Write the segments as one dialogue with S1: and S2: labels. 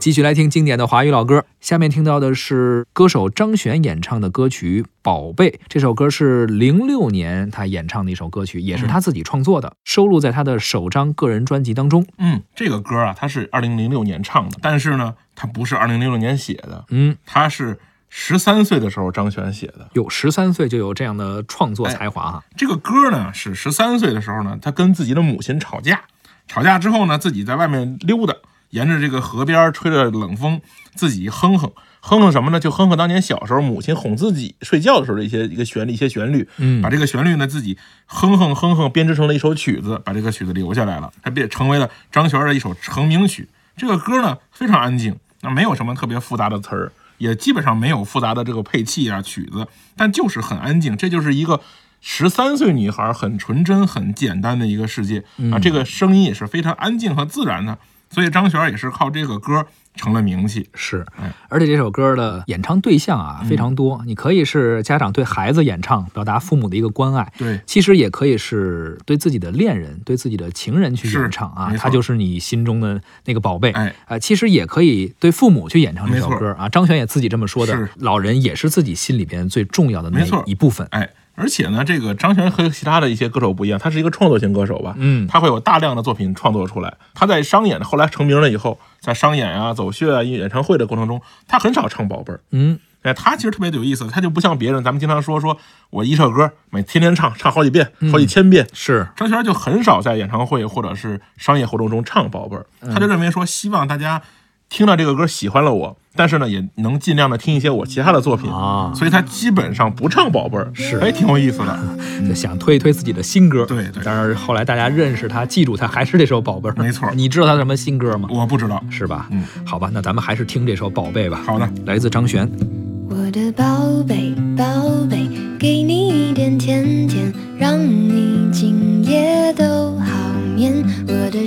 S1: 继续来听经典的华语老歌，下面听到的是歌手张悬演唱的歌曲《宝贝》。这首歌是零六年他演唱的一首歌曲，也是他自己创作的，收录在他的首张个人专辑当中。
S2: 嗯，这个歌啊，它是二零零六年唱的，但是呢，它不是二零零六年写的，
S1: 嗯，
S2: 它是十三岁的时候张悬写的。
S1: 有十三岁就有这样的创
S2: 哎
S1: 作才华啊哈、
S2: 这个歌呢，是十三岁的时候呢，他跟自己的母亲吵架，吵架之后呢，自己在外面溜达，沿着这个河边吹着冷风，自己哼哼。哼哼什么呢？就哼哼当年小时候母亲哄自己睡觉的时候的一些一个旋律，一些旋律，
S1: 嗯
S2: 把这个旋律呢自己哼哼哼哼编织成了一首曲子，把这个曲子留下来了，它变成为了张悬的一首成名曲。这个歌呢非常安静，那没有什么特别复杂的词儿，也基本上没有复杂的这个配器啊曲子，但就是很安静。这就是一个十三岁女孩很纯真、很简单的一个世界啊，这个声音也是非常安静和自然的。所以张悬也是靠这个歌成了名气。
S1: 是
S2: 哎，
S1: 而且这首歌的演唱对象啊非常多，你可以是家长对孩子演唱，表达父母的一个关爱，
S2: 对，
S1: 其实也可以是对自己的恋人、对自己的情人去
S2: 是
S1: 演唱啊
S2: 没，错
S1: 他就是你心中的那个宝贝。
S2: 哎，
S1: 呃，其实也可以对父母去演唱这首
S2: 没错
S1: 歌啊。张悬也自己这么说的
S2: 是，
S1: 老人也是自己心里边最重要的那
S2: 没错
S1: 一部分。
S2: 哎，而且呢，这个张悬和其他的一些歌手不一样，他是一个创作型歌手吧，
S1: 嗯，
S2: 他会有大量的作品创作出来。他在商演后来成名了以后，在商演啊、走穴啊、演唱会的过程中，他很少唱宝贝儿。
S1: 嗯，
S2: 哎，他其实特别有意思，他就不像别人，咱们经常说说我一首歌每天天唱，唱好几遍、
S1: 嗯
S2: 好几千遍。
S1: 是，
S2: 张悬就很少在演唱会或者是商业活动中唱宝贝儿，
S1: 嗯
S2: 他就认为说，希望大家听到这个歌喜欢了我，但是呢，也能尽量的听一些我其他的作品
S1: 啊
S2: 所以他基本上不唱宝贝儿，
S1: 是
S2: 哎，挺有意思的，
S1: 就想推一推自己的新歌。
S2: 对对
S1: 但是后来大家认识他、记住他，还是这首《宝贝儿》。
S2: 没错
S1: 你知道他什么新歌吗？
S2: 我不知道，
S1: 是吧？
S2: 嗯，
S1: 好吧，那咱们还是听这首《宝贝》吧。
S2: 好的，
S1: 来自张悬。
S3: 我的宝贝，宝贝，给你一点甜甜，让你今夜都好眠。我的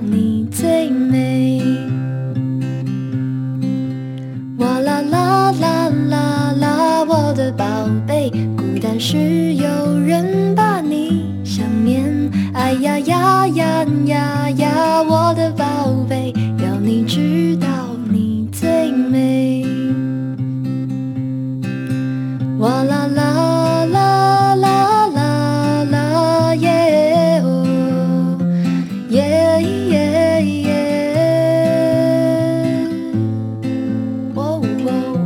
S3: 你最美。哇啦啦啦啦啦，我的宝贝，孤单时有人把你想念。哎呀呀呀呀呀，我的宝贝，要你知道你最美。哇啦啦啦啦啦啦耶哦，耶耶耶，哦哦，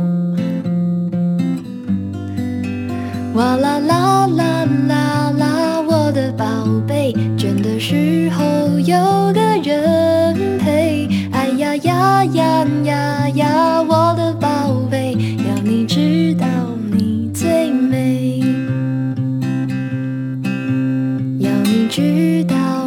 S3: 哇啦啦啦啦啦，我的宝贝，倦的时候有个人陪。哎呀呀呀呀呀，我的宝贝，要你知道你最美，要你知道